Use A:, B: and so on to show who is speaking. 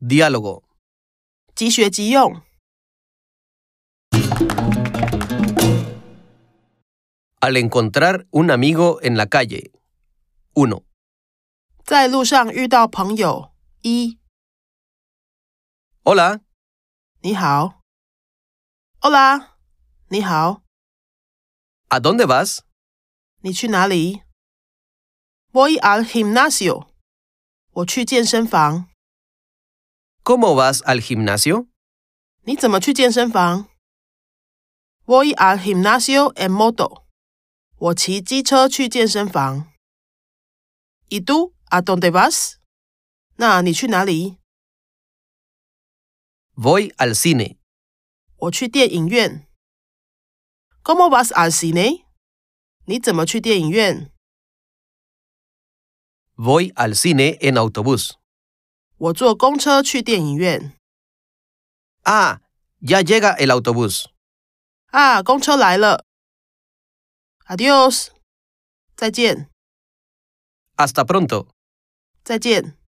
A: Diálogo.
B: 即学即用。
A: Al encontrar un amigo en la calle. 1.
B: 在路上遇到朋友，一
A: Hola,
B: 你好，Hola，你好，
A: ¿a dónde vas?
B: 你去哪里？Voy al gimnasio，我去健身房。
A: ¿Cómo vas al gimnasio?
B: 你怎么去健身房？Voy al gimnasio en moto，我骑机车去健身房。¿Y tú a dónde vas？那你去哪里？
A: Voy al cine.
B: 我去电影院。¿Cómo vas al cine？你怎么去电影院？
A: Voy al cine en autobús.
B: 我坐公车去电影院。
A: Ah, ya llega el autobús.
B: 啊，公车来了。Adios，再见，
A: Hasta pronto.
B: 再见。